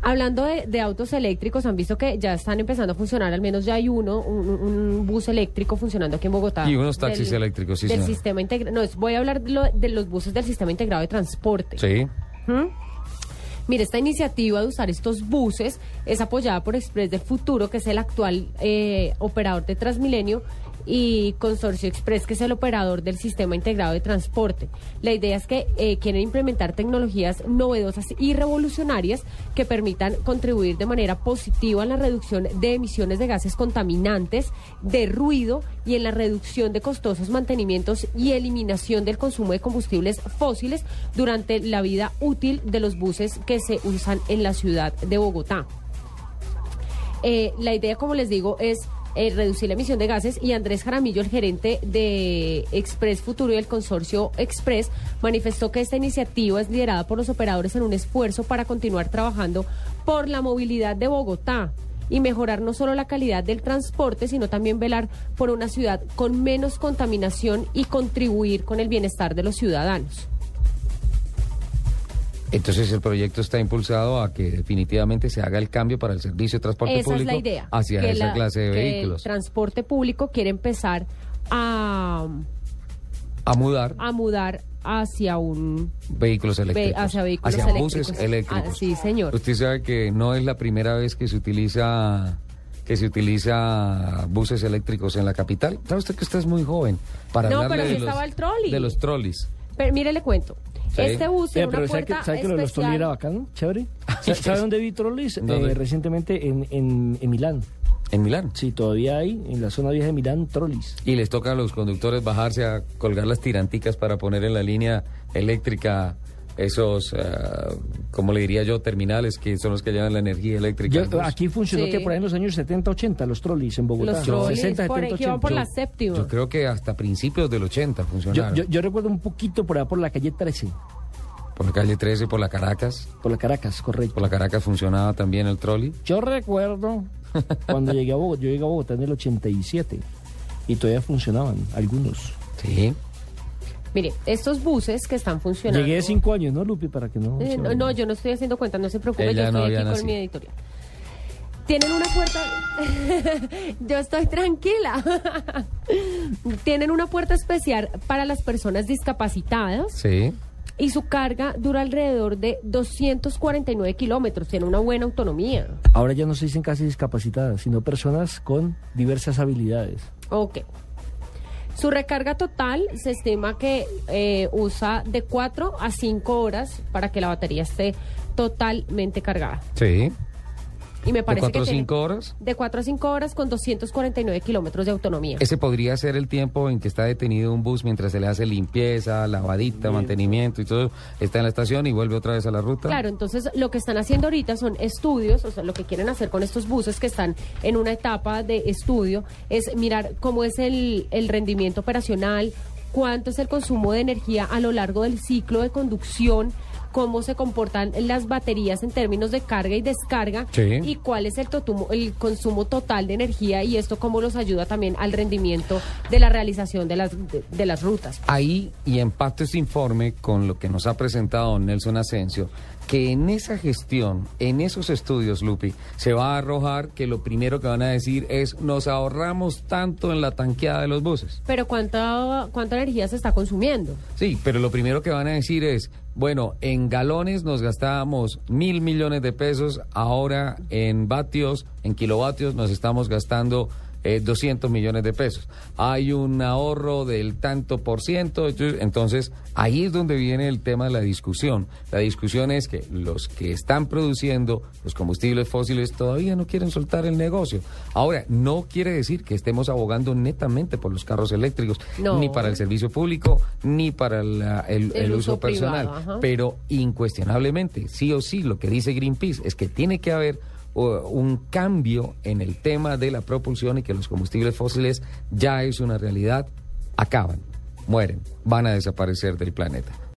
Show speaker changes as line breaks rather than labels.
Hablando de, de autos eléctricos, han visto que ya están empezando a funcionar, al menos ya hay uno, un, un bus eléctrico funcionando aquí en Bogotá.
Y unos taxis eléctricos, sí,
Del
señora.
sistema integrado. No, es- voy a hablar de, lo- de los buses del sistema integrado de transporte.
Sí.
¿Mm? Mire, esta iniciativa de usar estos buses es apoyada por Express del Futuro, que es el actual eh, operador de Transmilenio, y Consorcio Express, que es el operador del sistema integrado de transporte. La idea es que eh, quieren implementar tecnologías novedosas y revolucionarias que permitan contribuir de manera positiva en la reducción de emisiones de gases contaminantes, de ruido y en la reducción de costosos mantenimientos y eliminación del consumo de combustibles fósiles durante la vida útil de los buses que se usan en la ciudad de Bogotá. Eh, la idea, como les digo, es eh, reducir la emisión de gases y Andrés Jaramillo, el gerente de Express Futuro y del consorcio Express, manifestó que esta iniciativa es liderada por los operadores en un esfuerzo para continuar trabajando por la movilidad de Bogotá y mejorar no solo la calidad del transporte, sino también velar por una ciudad con menos contaminación y contribuir con el bienestar de los ciudadanos.
Entonces el proyecto está impulsado a que definitivamente se haga el cambio para el servicio de transporte
esa
público
es la idea.
hacia
que
esa
la-
clase de
que
vehículos.
El transporte público quiere empezar a,
A mudar
a mudar hacia un
vehículos eléctricos.
hacia vehículos
buses
eléctricos.
eléctricos.
Ah, sí, señor.
Usted sabe que no es la primera vez que se utiliza que se utiliza buses eléctricos en la capital. ¿Sabe usted que usted es muy joven para
No,
hablarle
pero
de,
sí
los,
estaba el trolley.
de los trolleys?
Pero mire, le cuento.
Sí.
Este bus
Oye,
tiene
pero
una
¿sabe que,
puerta
sabe que lo de los Tolly era
especial.
bacano? Chévere. Sa- ¿Sabe dónde vi trolleys? Eh,
¿Dónde?
recientemente en, en, en Milán.
En Milán.
Sí, todavía hay en la zona vieja de Milán trolleys.
Y les toca a los conductores bajarse a colgar las tiranticas para poner en la línea eléctrica esos, ah, como le diría yo, terminales que son los que llevan la energía eléctrica.
Yo-
al bus.
aquí funcionó
Sí.
que por ahí en los años 70, 80 los trolleys en Bogotá.
Los trolleys,
60,
por ahí,
70,
que van
80.
por la
Yo-
séptima.
Yo creo que hasta principios del 80
Yo,
funcionaron.
yo- yo recuerdo un poquito por allá por la calle 13,
Por la calle 13, por la Caracas.
por la Caracas, correcto.
Por la Caracas funcionaba también el trolley.
Yo recuerdo cuando llegué a Bogotá, yo llegué a Bogotá en el 87 y todavía funcionaban algunos.
Sí.
Mire, estos buses que están funcionando.
Llegué de 5 años, ¿no, Lupi? Para que no...
Eh,
se-
no, no, yo no estoy haciendo cuenta, no se preocupe,
Ella
yo
no
estoy
había
aquí con
nacido.
mi editorial. Tienen una puerta. yo estoy tranquila. Tienen una puerta especial para las personas discapacitadas.
Sí.
y su carga dura alrededor de 249 kilómetros. Tiene una buena autonomía.
Ahora ya no se dicen casi discapacitadas, sino personas con diversas habilidades.
Ok. Su recarga total se estima que eh, usa de 4 a 5 horas para que la batería esté totalmente cargada.
Sí.
Y me
¿De
parece
cuatro o
que tiene-
cinco horas?
De 4 a 5 horas con 249 kilómetros de autonomía.
Ese podría ser el tiempo en que está detenido un bus mientras se le hace limpieza, lavadita, mantenimiento y todo. Está en la estación y vuelve otra vez a la ruta.
Claro, entonces lo que están haciendo ahorita son estudios, o sea, lo que quieren hacer con estos buses que están en una etapa de estudio es mirar cómo es el, el rendimiento operacional, cuánto es el consumo de energía a lo largo del ciclo de conducción cómo se comportan las baterías en términos de carga y descarga
Sí.
y cuál es el, totumo- el consumo total de energía y esto cómo los ayuda también al rendimiento de la realización de las, de- de las rutas.
Ahí, y empate este informe con lo que nos ha presentado Nelson Asensio, que en esa gestión, en esos estudios, Lupi, se va a arrojar que lo primero que van a decir es nos ahorramos tanto en la tanqueada de los buses.
Pero ¿cuánta, cuánta energía se está consumiendo?
Sí, pero lo primero que van a decir es, bueno, en galones nos gastábamos mil millones de pesos, ahora en vatios, en kilovatios nos estamos gastando eh, 200 millones de pesos. Hay un ahorro del tanto por ciento, entonces- entonces ahí es donde viene el tema de la discusión. La discusión es que los que están produciendo los combustibles fósiles todavía no quieren soltar el negocio. Ahora, no quiere decir que estemos abogando netamente por los carros eléctricos,
No.
ni para el servicio público ni para la- el,
El
el
uso
uso, personal.
privado, ajá.
pero incuestionablemente, sí o sí, lo que dice Greenpeace es que tiene que haber uh, un cambio en el tema de la propulsión y que los combustibles fósiles ya es una realidad, acaban, mueren, van a desaparecer del planeta.